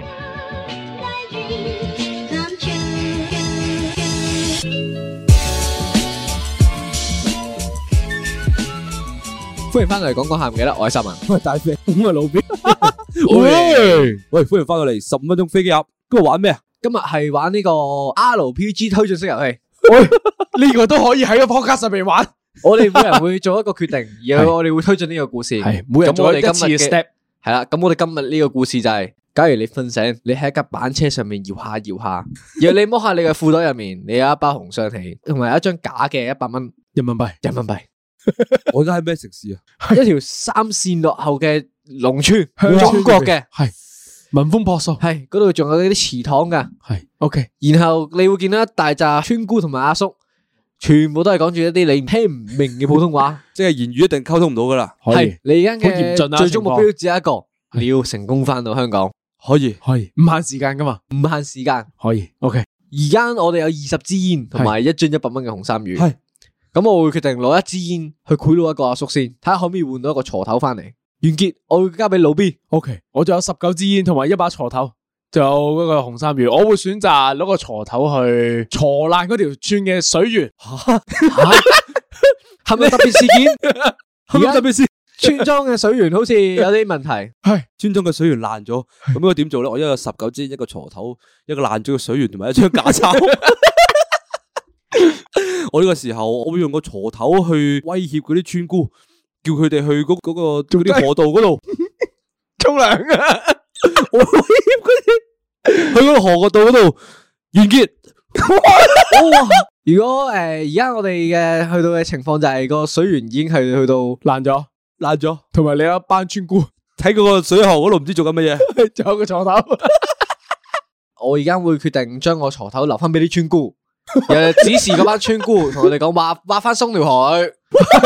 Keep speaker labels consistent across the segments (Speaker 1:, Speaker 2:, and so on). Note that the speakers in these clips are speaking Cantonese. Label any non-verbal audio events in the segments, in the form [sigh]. Speaker 1: My dreams come true.
Speaker 2: [laughs] Chào mừng quý vị đến với Cộng đồng Hàm Kỳ, tôi là Sạp Minh Tôi là Đại Phi Tôi là Lũ Biển Ê, chào mừng quý vị đến với Cộng đồng Hàm Kỳ, tôi là Sạp Minh Tôi là Đại Phi Tôi là Lũ Biển Ê, chào mừng quý vị đến với Cộng đồng Hàm Kỳ, tôi là Sạp Minh Tôi là Đại Phi Tôi là Lũ Biển Ê, chào mừng quý vị đến với Cộng đồng Hàm Kỳ, tôi là Sạp Minh Tôi là Đại Phi Tôi là Lũ Biển Ê, chào mừng quý vị đến với Cộng đồng Hàm Kỳ, tôi là Sạp Minh Tôi là Đại Phi Tôi là Lũ Biển Ê, chào mừng quý vị đến với Cộng đồng Hàm Kỳ, tôi là Sạp Minh Tôi là Đại Phi Tôi là Lũ Biển Ê, chào mừng quý vị đến với Cộng đồng Hàm Kỳ, tôi là Sạp Minh Tôi là Đại Phi Tôi là Lũ Biển Ê, chào mừng quý vị đến với Cộng đồng Hàm Kỳ, tôi là Sạp Minh Tôi là Đại Phi Tôi là Lũ Biển Ê, chào mừng quý vị đến với Cộng đồng Hàm Kỳ, tôi là 翻到嚟十五分鐘飛機入，今日玩咩啊？
Speaker 3: 今日係玩呢個 RPG 推進式遊戲，
Speaker 4: 喂，呢個都可以喺個 podcast 上面玩，
Speaker 3: 我哋每人會做一個
Speaker 4: [laughs]
Speaker 3: 決定，然後我哋會推進呢個故事。
Speaker 4: 係每人
Speaker 3: 咁我
Speaker 4: 做
Speaker 3: 哋
Speaker 4: 一次
Speaker 3: 今
Speaker 4: 嘅
Speaker 3: 日嘅
Speaker 4: step。
Speaker 3: 系啦，咁我哋今日呢個故事就係，假如你瞓醒，你喺一架板車上面搖下搖
Speaker 4: [laughs]
Speaker 3: 下，然後你摸下你嘅褲袋入面，你有一包紅雙喜，同埋有一張假嘅一百蚊
Speaker 4: 人民幣
Speaker 3: 人民幣，
Speaker 2: 我而家喺咩城市啊？
Speaker 3: 一條三線落後嘅農村，
Speaker 4: 鄉村
Speaker 3: 中國嘅，
Speaker 4: 系民風樸素，
Speaker 3: 係嗰度仲有啲祠堂噶，
Speaker 4: 系 OK。
Speaker 3: 然後你會見到一大扎村姑同埋阿叔，全部都係講住一啲你聽唔明嘅普通話。
Speaker 2: 即係言語一定溝通唔到噶啦。
Speaker 4: 可
Speaker 3: 系
Speaker 4: 以
Speaker 3: 你而家
Speaker 4: 好嚴峻
Speaker 3: 嘅
Speaker 4: 啊
Speaker 3: 最終目
Speaker 4: 情
Speaker 3: 標只有一個，你要成功翻到香港，
Speaker 2: 可以，
Speaker 4: 可以，唔限時間噶嘛，
Speaker 3: 唔限時間。
Speaker 4: 可以 OK。
Speaker 3: 而家我哋有二十支煙同埋一樽一百蚊嘅紅衫魚。
Speaker 2: 係
Speaker 3: 咁我會決定攞一支煙去賄賂一個阿叔先，睇下可唔可以換到一個鋤頭翻嚟。完結，我會交俾老
Speaker 4: [laughs]
Speaker 3: B。
Speaker 4: O K，我仲有十九支煙同埋一把锄頭，仲有嗰個紅衫魚。我會選擇攞個锄頭去锄爛嗰條村嘅水源。
Speaker 3: 係咪特別事件？
Speaker 2: 係咪特別先？
Speaker 3: 村莊嘅水源好似有啲問題，
Speaker 2: 村中嘅水源爛咗，咁應該點做咧？我一個十九支，一個鋤頭，一個爛咗嘅水源，同埋一張 [laughs] 假鈔。我呢個時候，我會用個鋤頭去威脅嗰啲村姑，叫佢哋去嗰嗰個嗰啲河道嗰度，
Speaker 4: 沖涼啊！
Speaker 2: 我威脅佢哋去嗰個河道嗰度完結。
Speaker 3: 如果诶而家我哋嘅去到嘅情況就係個水源已經係去到
Speaker 4: 爛咗，
Speaker 2: 爛咗，
Speaker 4: 同埋你有一班村姑，
Speaker 2: 睇嗰個水喉嗰度唔知做緊 [laughs] 乜嘢。
Speaker 4: 仲有個锄頭。
Speaker 3: 我而家會決定將我鋤頭留翻俾啲村
Speaker 2: [laughs]
Speaker 3: 姑，又指示嗰班村姑同佢哋講挖挖翻鬆條
Speaker 2: [laughs]
Speaker 3: 河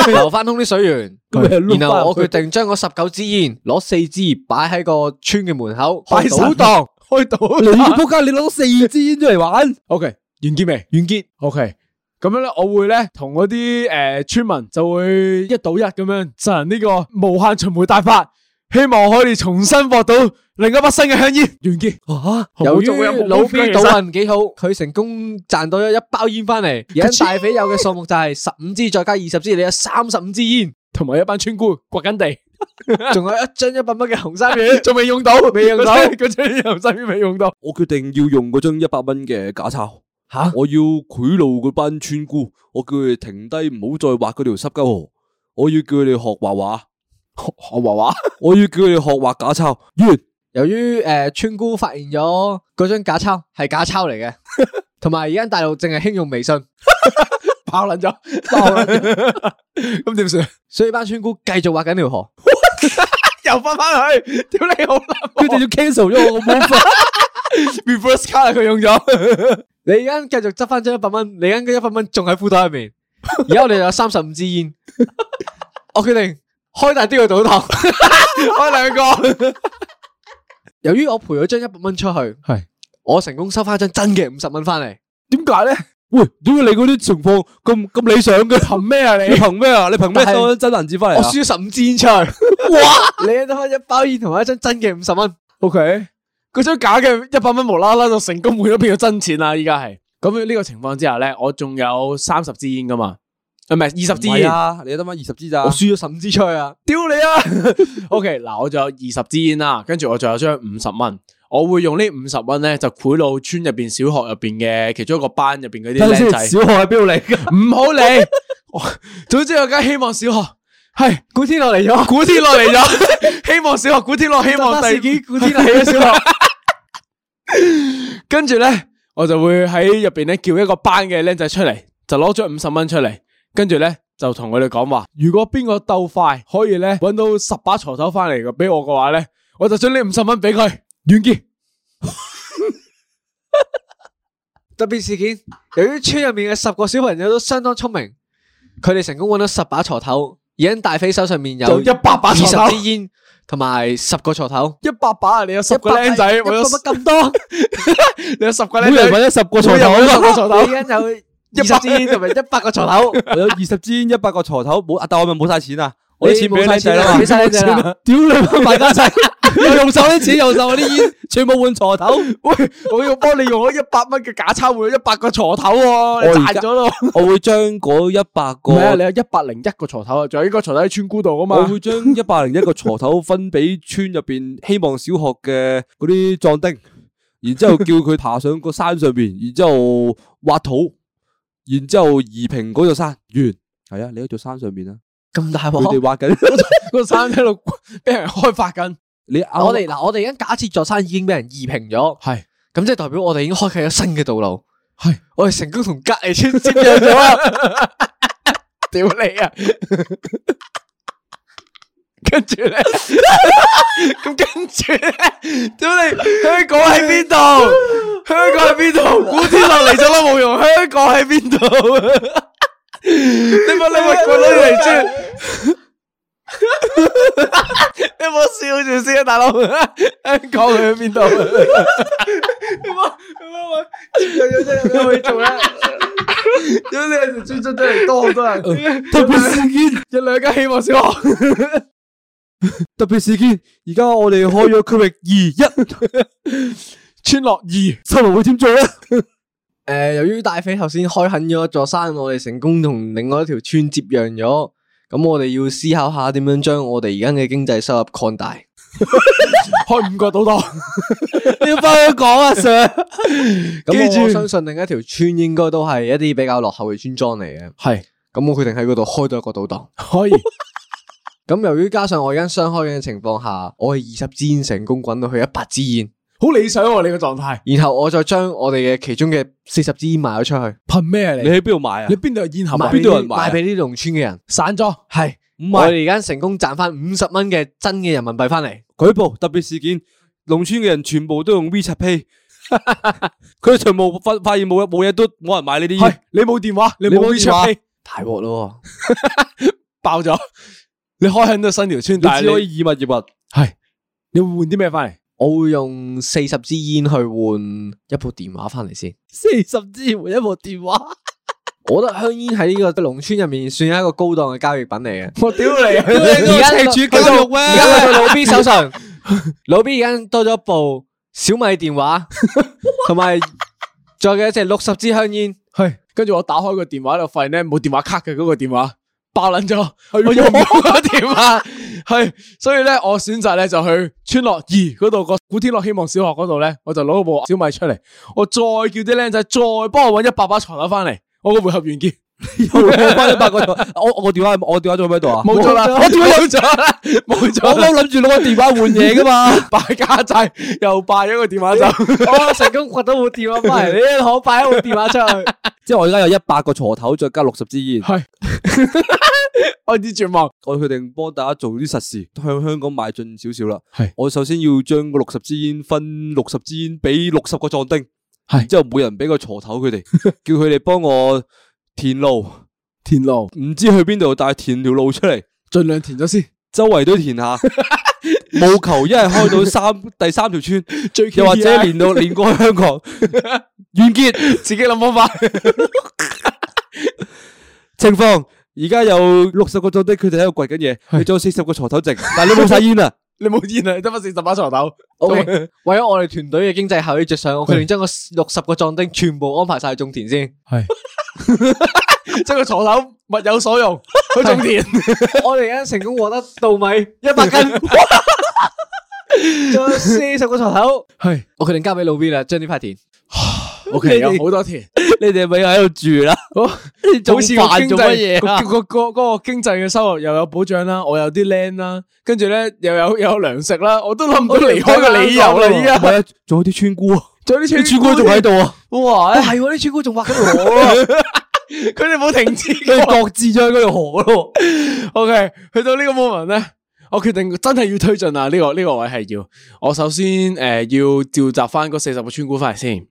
Speaker 3: 去，留翻通啲水源。
Speaker 4: 係
Speaker 3: 然後我決定將我十九支煙攞四支擺喺個村嘅門口，
Speaker 4: 擺
Speaker 3: 開賭
Speaker 4: 神
Speaker 3: 檔。
Speaker 4: 開到
Speaker 2: 你仆街，你攞四支煙出嚟玩。
Speaker 4: O K，完結未？
Speaker 3: 完結，
Speaker 4: OK，咁樣咧，我會咧同嗰啲诶村民就會一倒一咁樣實行呢個無限循環大法，希望可以重新獲到另一筆新嘅香煙。完結。
Speaker 2: [laughs] 啊！
Speaker 3: 由於
Speaker 4: 好中意有
Speaker 3: 老
Speaker 4: 冇
Speaker 3: B
Speaker 4: 飛
Speaker 3: 賭運幾好，佢成功賺到一包煙翻嚟。而家大肥友嘅數目就係十五支，再加二十支，你有三十五支煙，
Speaker 4: 同埋一班村姑掘緊地，
Speaker 3: [laughs] 仲有一樽一百蚊嘅紅衫 [laughs] 魚，
Speaker 4: 仲未用到，未
Speaker 3: 用到
Speaker 4: [laughs]
Speaker 3: [laughs]
Speaker 4: 嗰張油身未用到。
Speaker 2: 我決定要用嗰張一百蚊嘅假鈔。
Speaker 3: 嚇
Speaker 2: 我要賄賂嗰班村姑，我叫佢哋停低，唔好再畫嗰條濕鳩河。我要叫佢哋學畫 [laughs] 畫，
Speaker 4: 學娃娃，
Speaker 2: 我要叫佢哋學畫假鈔。完，
Speaker 3: 由於诶、呃村姑發現咗嗰張假鈔係假鈔嚟
Speaker 4: [laughs]
Speaker 3: 嘅，同埋而家大陸淨係興用微信，
Speaker 4: 爆撚咗， [laughs] 咁點算？
Speaker 3: 所以班村姑繼續挖緊條河。
Speaker 4: [laughs] 又翻翻去，屌你好啦
Speaker 2: 佢哋要 cancel 咗我個
Speaker 3: 啊
Speaker 2: move。
Speaker 4: [laughs] ！reverse card 啊佢用咗，
Speaker 3: [laughs] 你而家繼續執翻張一百蚊，你而家一百蚊仲喺褲袋入面。而家我哋有三十五支
Speaker 4: [laughs]
Speaker 3: 煙，我決定開大啲個賭檔。
Speaker 4: 開兩個。
Speaker 3: 由於我賠咗張一百蚊出去，
Speaker 4: 係
Speaker 3: 我成功收翻張真嘅五十蚊翻
Speaker 4: [laughs]
Speaker 3: 嚟。
Speaker 4: 點解咧？
Speaker 2: 喂，點解你嗰啲情況咁咁理想嘅？
Speaker 4: 憑咩啊
Speaker 2: 你
Speaker 4: [laughs] 你？
Speaker 2: 憑咩啊？你憑咩
Speaker 3: 但係
Speaker 2: 收真銀紙翻
Speaker 3: 我
Speaker 2: 嚟啊？
Speaker 3: 輸十五支煙出去，
Speaker 4: [laughs]
Speaker 3: 哇！你得翻一包煙同埋一張真嘅五十蚊。
Speaker 4: O K，嗰張假嘅一百蚊無啦啦就成功換咗變咗真錢啦，依家係咁呢個情況之下咧，我仲有三十支煙噶嘛，啊唔係二十支
Speaker 2: 唔係
Speaker 4: 煙，
Speaker 2: 啊，你得翻二十支咋？
Speaker 3: 我輸咗十五支出去啊！
Speaker 4: 屌你啊 [laughs] ！O K，嗱我仲有二十支煙啦，跟住我仲有張五十蚊，我會用呢五十蚊咧就賄賂村入邊小學入邊嘅其中一個班入邊嗰啲
Speaker 2: 等陣
Speaker 4: 僆
Speaker 2: 先
Speaker 4: 仔，
Speaker 2: 小學喺邊度嚟㗎？
Speaker 4: 唔好
Speaker 3: [laughs]
Speaker 4: 理。我總之我而家希望小學係
Speaker 3: 古天樂嚟咗，
Speaker 4: 古天樂嚟咗， [laughs] 希望小學古天樂，希望
Speaker 3: 望
Speaker 4: 第
Speaker 3: 事件古天
Speaker 4: 啊
Speaker 3: 樂嚟咗小學。
Speaker 4: [laughs] 跟住咧，我就會喺入边咧叫一個班嘅僆仔出嚟，就攞咗五十蚊出嚟，跟住咧就同佢哋講話，如果邊個鬥快可以咧搵到十把鋤頭翻嚟嘅俾我嘅話咧，我就將呢五十蚊俾佢。完結。
Speaker 3: [laughs] 特別事件，由於村入面嘅十個小朋友都相當聰明，佢哋成功揾到十把鋤頭，而喺大飛手上面有
Speaker 4: 有100把鋤頭
Speaker 3: 二十支煙同埋十個鋤頭，
Speaker 4: 一百把啊！你有十個僆仔，
Speaker 3: 一百
Speaker 4: 我有
Speaker 3: 乜咁多，
Speaker 4: [laughs] 你有十個
Speaker 2: 每
Speaker 4: 僆仔
Speaker 2: 人，搵咗十個
Speaker 4: 每人搵
Speaker 2: 鋤
Speaker 4: 10
Speaker 2: 頭啊
Speaker 4: 個鋤頭
Speaker 3: 你而家有二十支煙同埋一百個鋤
Speaker 2: [laughs]
Speaker 3: 頭，
Speaker 2: 我有二十支一百個鋤頭，冇啊但我咪冇晒錢啊！我啲錢俾
Speaker 3: 你冇晒
Speaker 2: 僆仔
Speaker 3: 錢
Speaker 2: 啦
Speaker 3: 啦，
Speaker 2: 嘛，
Speaker 3: 俾晒僆仔啦，
Speaker 2: 啊屌你媽敗
Speaker 4: [laughs]
Speaker 2: 家仔，又用手啲錢，又受我啲煙，全部換鋤頭。
Speaker 4: 喂，我要幫你用咗一百蚊嘅假鈔換咗一百個鋤頭喎，你
Speaker 2: 我而
Speaker 4: 賺
Speaker 2: 家
Speaker 4: 咗咯。
Speaker 2: 我會將嗰一百
Speaker 4: 唔係啊，你
Speaker 2: 個，
Speaker 4: 有一百零一個鋤頭啊，仲有一個鋤頭喺村姑度啊
Speaker 2: 我
Speaker 4: 嘛。
Speaker 2: 會將一百零一個鋤頭分俾村入边希望小學嘅嗰啲壯丁，然之后叫佢爬上個山上边，然之后挖土，然之后移平嗰座山。完係啊，你喺座山上边啊，
Speaker 3: 咁大
Speaker 2: 佢哋
Speaker 3: 鑊。
Speaker 2: 挖緊。
Speaker 4: 個山喺度俾人開發緊，
Speaker 2: 你啱
Speaker 3: 我哋嗱，我哋而家假設座山已經俾人移平咗，
Speaker 4: 啊係
Speaker 3: 咁即係代表我哋已經開啟咗新嘅道路，
Speaker 4: 係
Speaker 3: 我哋成功同隔離村接壤咗
Speaker 4: [laughs]
Speaker 3: 啦。
Speaker 4: 屌你啊！跟住 [laughs] 咧，咁跟住咧，屌你！香港喺邊度？香港喺邊度？ [laughs] 古天樂嚟咗啦，冇用。香港喺邊度？你冇你咪過到嚟住。你冇笑住先啊，大佬！香港去咗邊度？屌你條村出咗嚟多好多人，特別事件有兩間希望小學，
Speaker 2: 特別事件，而家我哋開咗區域二一，
Speaker 4: 村落二。
Speaker 2: 新龍會點做咧？
Speaker 3: 诶、呃由於大飛頭先開墾咗一座山，我哋成功同另外一條村接壤咗，咁我哋要思考下點樣將我哋而家嘅經濟收入擴大。
Speaker 4: 开五个赌档，
Speaker 2: 你要翻香港啊，Sir！
Speaker 3: 咁
Speaker 4: 記
Speaker 3: 我
Speaker 4: 住
Speaker 3: 我相信另一條村應該都係一啲比較落後嘅村莊嚟嘅。
Speaker 4: 系
Speaker 3: 咁我決定喺嗰度開到一個賭檔。
Speaker 4: 可以，
Speaker 3: 咁由於加上我而家雙開嘅情況下，我係二十支煙成功滾到去一百支煙，
Speaker 4: 好理想喎、你個狀態。
Speaker 3: 然後我再將我哋嘅其中嘅四十支煙賣咗出去，
Speaker 4: 憑咩啊
Speaker 2: 你
Speaker 4: 你？
Speaker 2: 喺邊度買啊？
Speaker 4: 你邊度有煙盒
Speaker 3: 賣
Speaker 4: 啊？
Speaker 2: 邊
Speaker 3: 俾
Speaker 2: 度有人買啊
Speaker 3: 賣俾啲農村嘅人。
Speaker 4: 散咗？
Speaker 3: 係，
Speaker 2: 唔
Speaker 3: 我
Speaker 2: 係
Speaker 3: 哋而家成功賺翻五十蚊嘅真嘅人民幣翻嚟。
Speaker 2: 舉報特別事件，農村嘅人全部都用 WeChat Pay，佢哋全部發發現冇冇嘢都冇人買呢啲
Speaker 4: 係
Speaker 2: 煙，
Speaker 4: 你冇電話，你
Speaker 2: 你
Speaker 4: 冇
Speaker 2: 冇
Speaker 4: WeChat
Speaker 2: 電話
Speaker 4: Pay，
Speaker 3: 大鑊咯！
Speaker 4: [laughs] 爆咗。 [laughs] 你開墾咗新條村，但
Speaker 2: 你只
Speaker 4: 係
Speaker 2: 可
Speaker 4: 你
Speaker 2: 以以物易物。
Speaker 4: 係你會換啲咩翻嚟？
Speaker 2: [laughs]
Speaker 3: 我會用四十支煙去換一部電話翻嚟先。
Speaker 2: 四十支換一部電話，
Speaker 3: 我覺得香煙喺呢個農村入面算係一個高檔嘅交易品嚟 [laughs] 嘅。
Speaker 4: 我屌你啊！
Speaker 3: 而家
Speaker 2: 赤柱監獄咩
Speaker 3: 而家去到老 B 手上， [laughs] 老 B 而家多咗一部小米電 [laughs] 話，同埋仲有一隻六十支香煙。
Speaker 4: 系，跟住我打開個電話就發現咧冇電話卡嘅嗰個電話爆撚咗，我用唔到個電話，係，所以咧我選擇咧就去村落二嗰度個古天樂希望小學嗰度咧，我就攞部小米出嚟，我再叫啲僆仔再幫我搵一百把床頭翻嚟，我個回合完結，
Speaker 2: 翻一百個電話我我電話我電話仲喺邊度啊？
Speaker 4: 冇咗啦，我冇咗啦，冇
Speaker 2: 我
Speaker 4: 咗
Speaker 2: 都
Speaker 4: 啦，
Speaker 2: 諗住攞個電話換嘢噶 [laughs] 嘛。
Speaker 4: 敗家仔又敗咗個電話走，
Speaker 3: 我成功掘到部電話翻嚟，你可擺一部電話出去。
Speaker 2: 即係我而家有一百個鋤頭，再加六十支煙。
Speaker 4: 係。 [laughs] 開始絕望，
Speaker 2: 我決定幫大家做啲實事，向香港邁進少少啦。
Speaker 4: 係
Speaker 2: 我首先要將嗰六十支煙分六十支煙俾六十個壯丁，
Speaker 4: 係
Speaker 2: 然之後每人俾個鋤頭
Speaker 4: [laughs]
Speaker 2: 佢哋，叫佢哋幫我填路，
Speaker 4: 填路
Speaker 2: 唔知去邊度，但係填條路出嚟，
Speaker 4: 盡量填咗先，
Speaker 2: 周圍都填
Speaker 4: [laughs]
Speaker 2: 下。務求一係開到三第三條村，
Speaker 4: 最
Speaker 2: 又或
Speaker 4: 緊要
Speaker 2: 者
Speaker 4: 係
Speaker 2: 連到連過去香
Speaker 4: [laughs]
Speaker 2: 港，完結
Speaker 4: 自己諗方法。
Speaker 2: 情況。而家有六十個壯丁，佢哋喺度掘緊嘢，你仲有四十個鋤頭剩，但係你冇晒
Speaker 4: [laughs]
Speaker 2: 煙啊！
Speaker 4: 你冇煙啊，得翻四十把床頭。
Speaker 3: O K，為 [laughs] 咗我哋團隊嘅經濟效益着想，我決定將個六十個壯丁全部安排晒去種田先。
Speaker 4: 将个锄头物有所 [laughs] 用，去种田。
Speaker 3: [laughs] 我哋而家成功獲得稻米一百
Speaker 4: [laughs]
Speaker 3: 斤，仲有四十個鋤頭。
Speaker 4: 系
Speaker 3: 我決定交俾老 B 啦，將呢塊
Speaker 4: [laughs]
Speaker 3: 田。
Speaker 2: [laughs]
Speaker 4: ，O K，有好多田，
Speaker 2: 你哋咪喺度住啦，
Speaker 4: 好似個
Speaker 3: 煩
Speaker 4: 經
Speaker 3: 做
Speaker 4: 濟
Speaker 3: 乜
Speaker 4: [laughs]
Speaker 3: 嘢啊
Speaker 4: 個個嗰个经济嘅收入又有保障啦，我有啲僆啦，跟住咧又有又有粮食啦，我都諗唔到離開嘅理由啦，依家
Speaker 2: 唔係啊，
Speaker 4: [laughs]
Speaker 2: 仲有啲村姑啊，
Speaker 4: 仲有啲
Speaker 2: 啲村姑仲喺度啊，
Speaker 4: 哇！
Speaker 3: 系喎，啲村姑仲畫緊我啊！
Speaker 4: [laughs] 佢哋冇停止
Speaker 2: 跟住
Speaker 4: 過。
Speaker 2: 各自咗喺嗰條河咯。
Speaker 4: OK，去到呢個 moment 咧，我決定真係要推進啊啦。呢、個呢、個位係要，我首先诶、呃要召集翻嗰四十個村姑翻嚟先，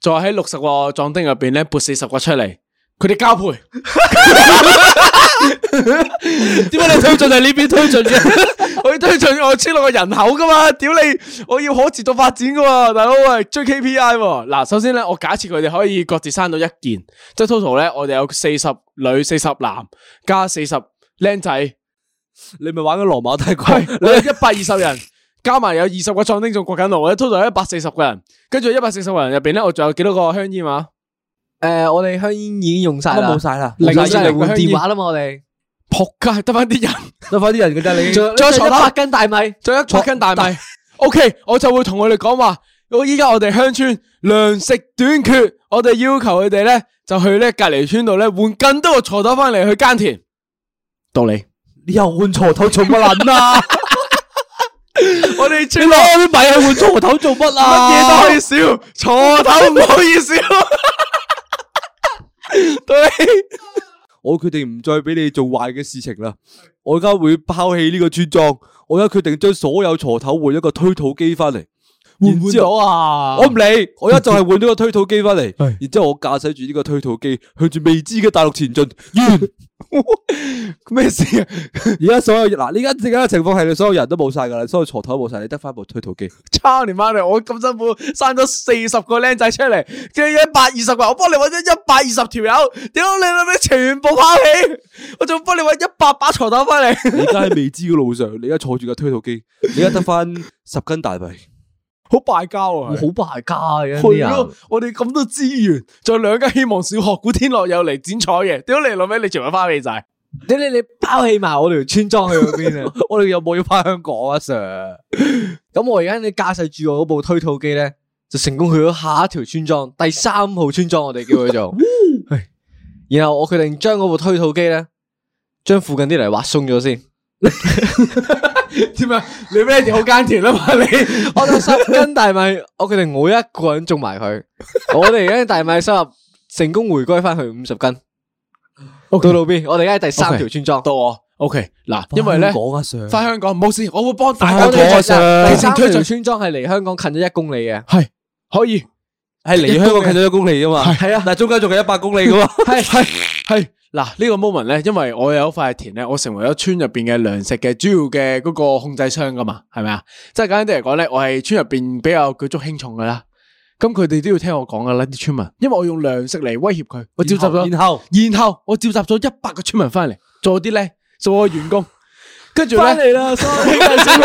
Speaker 4: 再喺六十個壯丁入边咧撥四十個出嚟，佢哋交配。
Speaker 2: 點解你推進係呢邊推進嘅？
Speaker 4: [laughs] 我要推進我村落嘅人口噶嘛？屌你，我要可持續發展噶嘛，大佬喂追 KPI 喎。嗱，首先咧，我假設佢哋可以各自生到一件，即系 total 咧，我哋有四十女、四十男加四十僆仔，
Speaker 2: 你咪玩緊羅馬帝國？
Speaker 4: 係你有一百二十人，加埋有二十個壯丁仲過緊路咧，total 一百四十個人。跟住一百四十個人入边咧，我仲有幾多個香煙啊？
Speaker 3: 诶，我哋香煙已經用晒
Speaker 2: 乜
Speaker 3: 啦
Speaker 2: 冇，晒啦，
Speaker 4: 零
Speaker 3: 冇
Speaker 4: 啊晒
Speaker 3: 晒嚟
Speaker 4: 零
Speaker 3: 換
Speaker 4: 嘅香煙
Speaker 3: 電話啦嘛，我哋
Speaker 4: 仆街，得翻啲人，
Speaker 2: 得翻啲人嘅啫。你
Speaker 3: 仲有
Speaker 4: 仲有
Speaker 3: 仲有一
Speaker 4: 床單
Speaker 3: 百斤大米。
Speaker 4: [laughs] 仲有一百斤大米。OK，我就會同佢哋講話，我依家我哋鄉村糧食短缺，我哋要求佢哋咧就去咧隔離村度咧換更多嘅鋤頭翻嚟去耕田。道理，
Speaker 2: 你又換鋤頭做乜撚啊？ [laughs]
Speaker 4: 我哋
Speaker 2: 你
Speaker 4: 村落
Speaker 2: 攞啲米去換鋤頭做乜
Speaker 4: 乜
Speaker 2: 啊？
Speaker 4: 嘢都可以少，鋤頭唔可以少。對，
Speaker 2: 我決定唔再俾你做壞嘅事情啦。我而家會拋棄呢個村莊，我而家決定將所有鋤頭換一個推土機翻嚟。然之後
Speaker 4: 啊
Speaker 2: [laughs] 我唔理，我而家就係換咗個推土機翻嚟，
Speaker 4: 係
Speaker 2: 然之後我駕駛住呢個推土機向住未知嘅大陸前進。 [laughs] 完。
Speaker 4: 咩事啊？
Speaker 2: 而家所有嗱，呢家而家嘅情況係你所有人都冇晒㗎啦，所有鋤頭都冇晒，你得翻部推土機。
Speaker 4: 操你媽你！我咁辛苦生咗四十個僆仔出嚟，跟住一百二十個，我幫你揾咗一百二十條友，屌你老味全部拋棄，我仲幫你揾一百把床頭翻嚟，
Speaker 2: 你而家喺未知嘅路上，你而家坐住架推土機，你而家得翻十斤大米。
Speaker 4: 好敗交啊！
Speaker 3: 好敗家
Speaker 4: [laughs]
Speaker 3: 嘅啲
Speaker 4: 係咯
Speaker 3: 人，，
Speaker 4: 我哋咁多資源，仲有兩間希望小學，古天樂又嚟剪彩嘅，屌你老味，你全部花俾晒。
Speaker 3: 屌你你拋棄埋我條村莊去嗰
Speaker 4: [laughs]
Speaker 3: 邊 [laughs] 啊！
Speaker 2: 我哋有冇要翻香港啊，Sir？
Speaker 3: 咁我而家你駕駛住我嗰部推土機咧，就成功去咗下一條村莊，第三號村莊我哋叫
Speaker 4: [laughs]
Speaker 3: 佢做。係然後我決定將嗰部推土機咧，將附近啲泥挖鬆咗先。
Speaker 4: 點啊？你咩好耕田
Speaker 3: [laughs]
Speaker 4: 啊嘛？你
Speaker 3: 我就十斤大米，我決定我一個人種埋
Speaker 4: [laughs]
Speaker 3: 佢。我哋而家大米收入成功回歸翻去五十斤。到路邊，我哋而家係第三條村莊。
Speaker 4: 到我哦 OK 嗱，因為咧
Speaker 2: 講啊，Sir，
Speaker 4: 翻香港冇事，我會幫大
Speaker 2: 翻香
Speaker 4: 家
Speaker 3: 我
Speaker 2: 港啊
Speaker 3: 哋
Speaker 2: 上
Speaker 3: 其實
Speaker 4: 推進
Speaker 3: 第
Speaker 4: 第三
Speaker 3: 三
Speaker 4: 推
Speaker 3: 條
Speaker 4: 進
Speaker 3: 村莊係離香港近咗一公里嘅。
Speaker 4: 係可以。
Speaker 2: 係離香港近咗一公里啊嘛。係啊，但係中間仲有一百公里噶嘛。
Speaker 4: [laughs] 系系系嗱，呢個 moment 咧，因為我有一塊田咧，我成為咗村入边嘅糧食嘅主要嘅嗰個控制商噶嘛，係咪啊？即係簡單啲嚟講咧，我係村入边比較舉足輕重噶啦。咁佢哋都要聽我講噶啦，啲村民，因為我用糧食嚟威脅佢，我召集咗，
Speaker 2: 然後
Speaker 4: 然後我召集咗一百個村民翻嚟，做啲咧，做我嘅員工，跟住咧。
Speaker 2: 嚟啦，sorry，
Speaker 4: [laughs]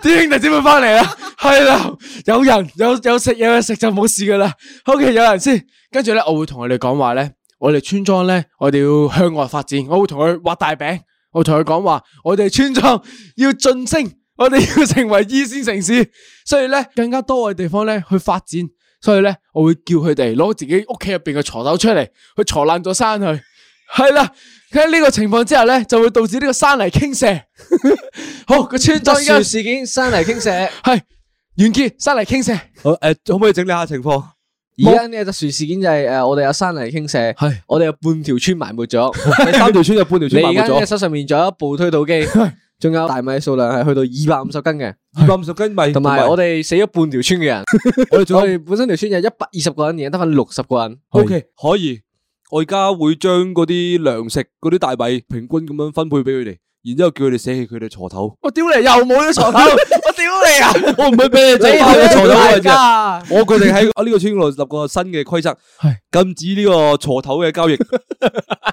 Speaker 4: 啲兄弟姊妹翻嚟啦，系啦，有人有有食有嘢食就冇事噶啦。OK，有人先，跟住咧，我會同佢哋講話咧，我哋村莊咧，我哋要向外發展，我會同佢畫大餅，我會同佢講話，我哋村莊要晉升，我哋要成為二線城市，所以咧更加多嘅地方咧去發展，所以咧我會叫佢哋攞自己屋企入边嘅锄頭出嚟，去锄爛咗山去。系啦，喺呢個情況之下咧，就會導致呢個山泥傾 [laughs] 瀉。好，個村莊
Speaker 3: 特
Speaker 4: 而家
Speaker 3: 殊事件山泥傾瀉。
Speaker 4: 系完结，山泥倾泻，
Speaker 2: 誒可唔可以整理下情況？
Speaker 3: 而家呢個特殊事件就係诶，我哋有山泥傾瀉，
Speaker 4: 係
Speaker 3: 我哋有半條村埋沒咗。
Speaker 2: 第三條村有半條
Speaker 3: 你
Speaker 2: 村埋
Speaker 3: 而
Speaker 2: 沒
Speaker 3: 家呢個
Speaker 2: 咗，
Speaker 3: 手上面仲有一部推土機，仲有大米數量係去到二百五十斤嘅，
Speaker 2: 二百五十斤米，
Speaker 3: 同埋我哋死咗半條村嘅人，
Speaker 2: 我哋仲
Speaker 3: 我
Speaker 2: 有
Speaker 3: 哋本身條村有一百二十個人，而家得翻六十個人。
Speaker 2: O K 可以。我而家會將嗰啲糧食、嗰啲大米平均咁樣分配俾佢哋，然之後叫佢哋捨棄佢哋鋤頭。
Speaker 4: [laughs] 我屌你又冇咗
Speaker 2: [laughs]
Speaker 4: 床頭，我屌你啊！
Speaker 2: 我唔會俾你整翻
Speaker 3: 你
Speaker 2: 個鋤頭
Speaker 3: 大
Speaker 2: 嘅啫。
Speaker 3: 家
Speaker 2: 我決定喺呢個村落立個新嘅規則，禁止呢個鋤頭嘅
Speaker 4: [laughs]
Speaker 2: 交易。
Speaker 4: 啊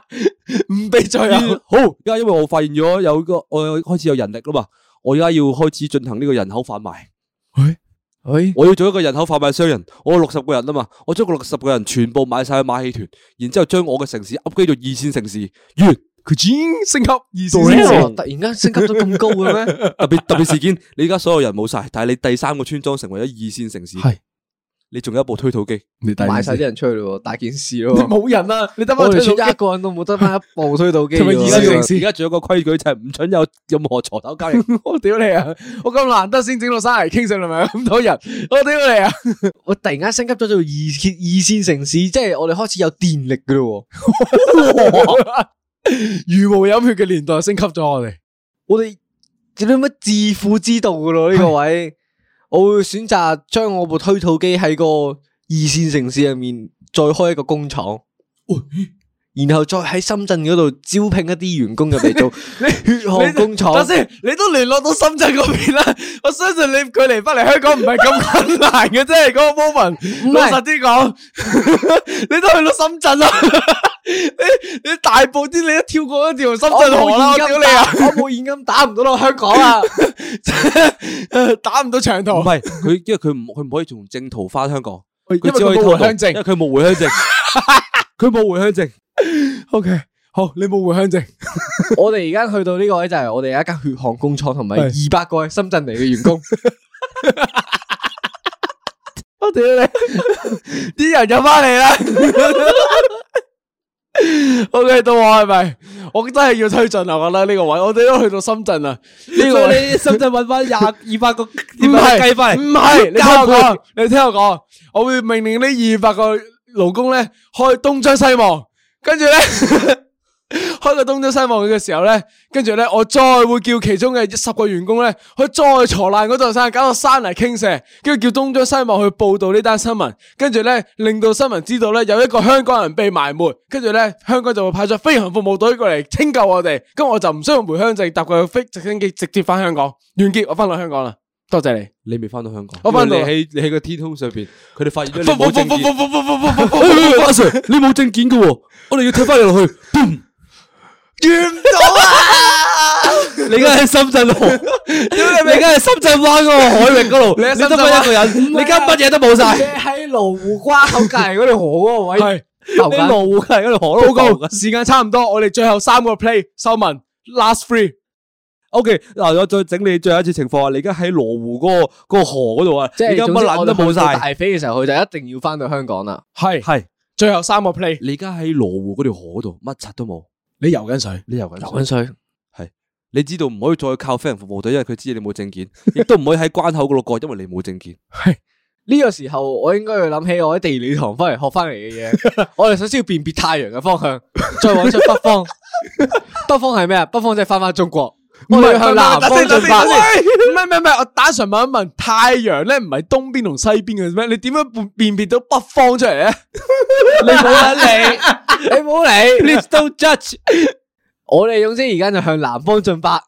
Speaker 4: 唔俾再有，
Speaker 2: 好，而家因為我發現咗有個我有開始有人力啦嘛，我而家要開始進行呢個人口販賣。
Speaker 3: 喂，
Speaker 2: 我要做一個人口販賣商人，我有六十個人啊嘛，我將個六十個人全部買晒去馬戲團，然之後將我嘅城市 upgrade 到二線城市，完。 [laughs]
Speaker 4: 佢轉升級二
Speaker 3: 突
Speaker 4: 線城市，
Speaker 3: 然間升級咗咁高嘅咩？
Speaker 2: 特別特別事件，你而家所有人冇晒，但係你第三個村莊成為咗二線城市。
Speaker 4: 係
Speaker 2: 你仲有一部推土機。
Speaker 5: 你第
Speaker 3: 卖晒啲人出去咯，大件事咯。
Speaker 4: 冇人啊，你得翻
Speaker 3: 我哋
Speaker 4: 推
Speaker 3: 村
Speaker 4: 土
Speaker 3: 一
Speaker 4: 機
Speaker 3: 個人都冇得翻一部推土機
Speaker 4: 同埋
Speaker 3: 喎。
Speaker 4: 而家仲
Speaker 2: 而家仲有個規矩就係唔准有任
Speaker 4: [laughs]
Speaker 2: 何鋤頭交易。
Speaker 4: 我屌你啊！我咁難得先整到山泥傾瀉，係咪咁多人？我屌你啊！
Speaker 3: 我突然間升級咗做二線二線城市，即係我哋開始有電力噶咯喎。
Speaker 4: 如無飲血嘅年代升級咗我 [laughs] 哋，
Speaker 3: 我哋點樣乜致富之道噶咯？呢個位，我會選擇將我部推土機喺個二線城市入面再開一個工廠。然後再喺深圳嗰度招聘一啲員工入嚟做
Speaker 4: [laughs]
Speaker 3: 血汗工廠，
Speaker 4: 等先，你都聯絡到深圳嗰邊啦。 [laughs] 我相信你距離翻嚟香港唔係咁困難嘅啫。嗰個 moment，
Speaker 3: 係
Speaker 4: 老實啲講， [laughs] 你都去到深圳啦。 [laughs] 你你大步啲，你都跳過一條深
Speaker 3: 我
Speaker 4: 圳河
Speaker 3: 冇
Speaker 4: 啦！
Speaker 3: 現
Speaker 4: 我屌
Speaker 3: 金
Speaker 4: 你啊！
Speaker 3: 打，我冇現金打唔到落香港啊！
Speaker 4: [laughs] 打唔到長
Speaker 2: 唔
Speaker 4: 途，
Speaker 2: 係佢，因為佢唔佢唔可以從正途翻香港，
Speaker 4: 因為
Speaker 2: 佢只可
Speaker 4: 佢
Speaker 2: 以
Speaker 4: 冇
Speaker 2: 偷
Speaker 4: 回
Speaker 2: 渡，
Speaker 4: 鄉
Speaker 2: 因為
Speaker 4: 證。
Speaker 2: 佢冇回鄉證，佢冇回鄉證。
Speaker 4: O K，好，你冇回鄉 [laughs] 證。
Speaker 3: 我哋而家去到呢個位就係我哋有一間血汗工廠同埋二
Speaker 4: 係
Speaker 3: 百個喺深圳嚟嘅員 [laughs] 工，
Speaker 4: 我屌你，啲人就翻嚟 [laughs] 啦。O K，到我系咪？我真系要推進啊！我覺得呢個位，我哋都去到深圳啦。呢個位
Speaker 2: 你深圳揾翻廿二百個
Speaker 4: 唔係
Speaker 2: 雞翻
Speaker 4: 唔
Speaker 2: 嚟，
Speaker 4: 係，你聽我講，你聽我講，我會命令呢二百個勞工咧開東張西望，跟住咧 [laughs] 開個東張西望嘅時候咧，跟住咧我再會叫其中嘅十個員工咧，去再鋤爛嗰座山，搞到山泥傾瀉，跟住叫東張西望去報導呢單新聞，跟住咧令到新聞知道咧有一個香港人被埋沒，跟住咧香港就會派出飛行服務隊過嚟拯救我哋，咁我就唔需要回鄉證，搭個飛直升機直接翻香港，完結，我翻到香港啦，多謝你。
Speaker 2: 你未翻到香港，
Speaker 4: 我返到
Speaker 2: 因為你喺你喺個天空上邊，佢哋發現咗你冇證件。阿
Speaker 4: 完
Speaker 2: Sir，你冇證件嘅喎，我哋要推翻你落去。
Speaker 4: 唔到啊！
Speaker 2: 你而家喺深圳河，你而家喺深圳灣嗰個海域嗰度，
Speaker 4: 你喺
Speaker 2: 你
Speaker 4: 深
Speaker 2: 得
Speaker 4: 圳
Speaker 2: 翻一個
Speaker 4: 灣啊 [laughs]
Speaker 2: 人，你而家乜嘢都冇晒。
Speaker 3: 喺羅湖瓜口隔離嗰條河嗰個位
Speaker 4: 係
Speaker 3: 留
Speaker 2: 你
Speaker 3: 緊
Speaker 2: 羅湖係嗰度河
Speaker 4: 報
Speaker 2: 都
Speaker 4: 告時間差唔多，我哋最後三個 play 收文 last three。
Speaker 2: O K，嗱，我再整理最後一次情況啊！你而家喺羅湖嗰、個嗰個河嗰度啊，
Speaker 3: 即係
Speaker 2: 而家
Speaker 3: 總之
Speaker 2: 乜撚都冇
Speaker 3: 我哋去到
Speaker 2: 晒，
Speaker 3: 大飛嘅時候，佢就一定要翻到香港啦。
Speaker 4: 係
Speaker 2: 係
Speaker 4: 最後三個 play，
Speaker 2: 你而家喺羅湖嗰條河嗰度，乜柒都冇，
Speaker 4: 你游緊水，
Speaker 2: 你游緊水，
Speaker 3: 滾水，
Speaker 2: 你知道唔可以再靠飛行服務隊，因為佢知你冇證件，亦都唔可以喺關口嗰度過，因為你冇證件。
Speaker 3: 呢個時候，我應該要諗起我喺地理堂翻嚟學翻嚟嘅 [laughs] 嘢。我哋首先要辨別太陽嘅方 [laughs] 向，再揾出北方。北方係咩啊？北方即係翻返中國，我哋要向南
Speaker 4: 等
Speaker 3: 方進
Speaker 4: 先等先
Speaker 3: 發
Speaker 4: 等。先唔係唔係唔係，我打上問一問，太陽咧唔係東邊同西邊嘅咩？你點樣辨辨別到北方出嚟咧？
Speaker 3: 你冇理，你冇理。
Speaker 2: Please don't judge。
Speaker 3: 我哋總之而家就向南方進發。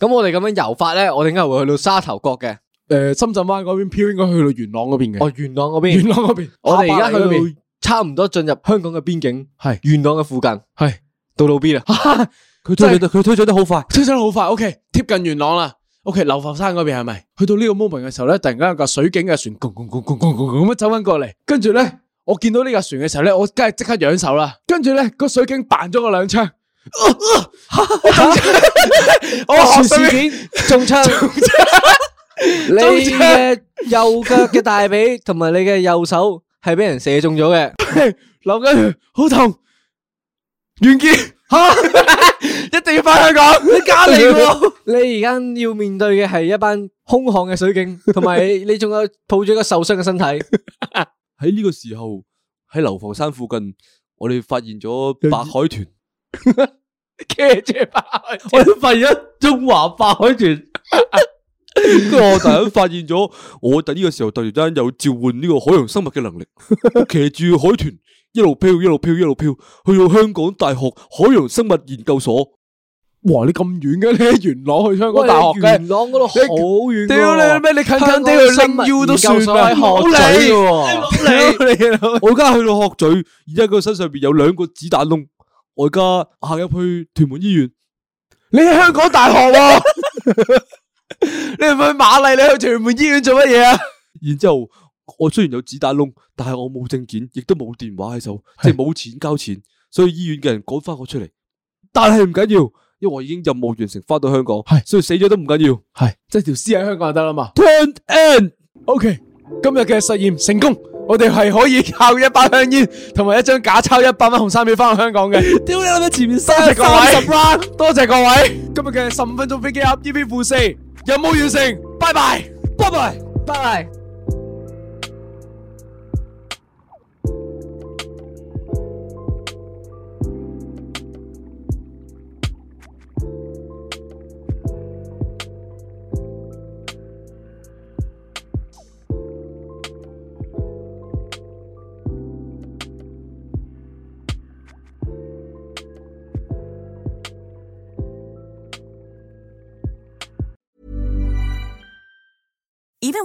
Speaker 3: 咁我哋咁樣游法咧，我哋應該會去到沙頭角嘅，
Speaker 4: 誒，深圳灣嗰邊飄應該去到元朗嗰邊
Speaker 3: 哦
Speaker 4: 嘅，
Speaker 3: 元朗嗰
Speaker 4: 元
Speaker 3: 邊。
Speaker 4: 朗嗰邊。
Speaker 3: 我哋而家去
Speaker 4: 下巴黎嗰邊
Speaker 3: 到差唔多進入香港嘅邊境，
Speaker 4: 係
Speaker 3: 元朗嘅附近，
Speaker 4: 係
Speaker 3: 到路邊啦。
Speaker 2: à. 佢推進得佢推進得好快，
Speaker 4: 推進得好快，OK，貼近元朗啦。OK，流浮山嗰邊係咪？去到呢個 moment 嘅時候咧，突然間有架水警嘅船，轟轟轟轟轟轟咁樣走緊過嚟，跟住咧，我見到呢架船嘅時候咧，我梗係即刻揚手啦。跟住咧，個水警扮咗我兩槍，
Speaker 3: [laughs]
Speaker 4: 我
Speaker 3: 我
Speaker 4: 學
Speaker 3: 事
Speaker 4: 上面
Speaker 3: 件中槍，你嘅右腳嘅大髀同埋你嘅右手係俾人射中咗嘅。
Speaker 4: 流緊血，好痛，完結吓， [laughs] 一定要翻香港，你加你喎，
Speaker 3: 你而家要面對嘅係一班兇悍嘅水警，同埋你仲有抱住一個受傷嘅身體。
Speaker 2: 喺呢個時候喺流浮山附近，我哋發現咗白海豚，
Speaker 4: 騎住跑去，
Speaker 2: [laughs] 我哋發現咗中華白海豚。跟住我突然發現咗，我突呢個時候突然間有召喚呢個海洋生物嘅能力，騎住海豚一路漂一路漂一路漂，去到香港大學海洋生物研究所。
Speaker 4: [laughs] 哇！你咁遠嘅，你喺元朗去香港
Speaker 3: 喂，
Speaker 4: [laughs] 大學
Speaker 3: 你
Speaker 4: 嘅
Speaker 3: 元。朗嗰度好遠
Speaker 2: 啊
Speaker 3: 喎，
Speaker 4: 屌你咩！你近近地去拎 U 都算啦，
Speaker 3: 香港生物研究所喺河
Speaker 4: 你你老 [laughs]
Speaker 2: 我而家去到鶴嘴，而家個身上邊有兩個子彈窿。我而家行入去屯門醫院，
Speaker 4: 你喺香港大學喎，你唔去瑪麗，你去屯門醫院做乜嘢啊？
Speaker 2: 然之後我雖然有子彈窿，但係我冇證件，亦都冇電話喺手，即係冇錢交錢，所以醫院嘅人趕翻我出嚟。但係唔緊要，因為我已經任務完成，翻到香港，
Speaker 4: 係
Speaker 2: 所以死咗都唔緊要。
Speaker 4: 系即系条屍喺香港就得啦嘛。
Speaker 2: Turn end，
Speaker 4: OK，今日嘅實驗成功，我哋係可以靠一包香煙同埋一張假鈔一百蚊紅衫票翻去香港嘅。
Speaker 2: 屌你諗下前面
Speaker 4: 多
Speaker 2: 三
Speaker 4: 謝各位
Speaker 2: 十 round，
Speaker 4: 多謝各位，今日嘅十五分鐘飛機鴨 EP 負四任務完成，拜拜，拜拜，拜拜。
Speaker 6: Even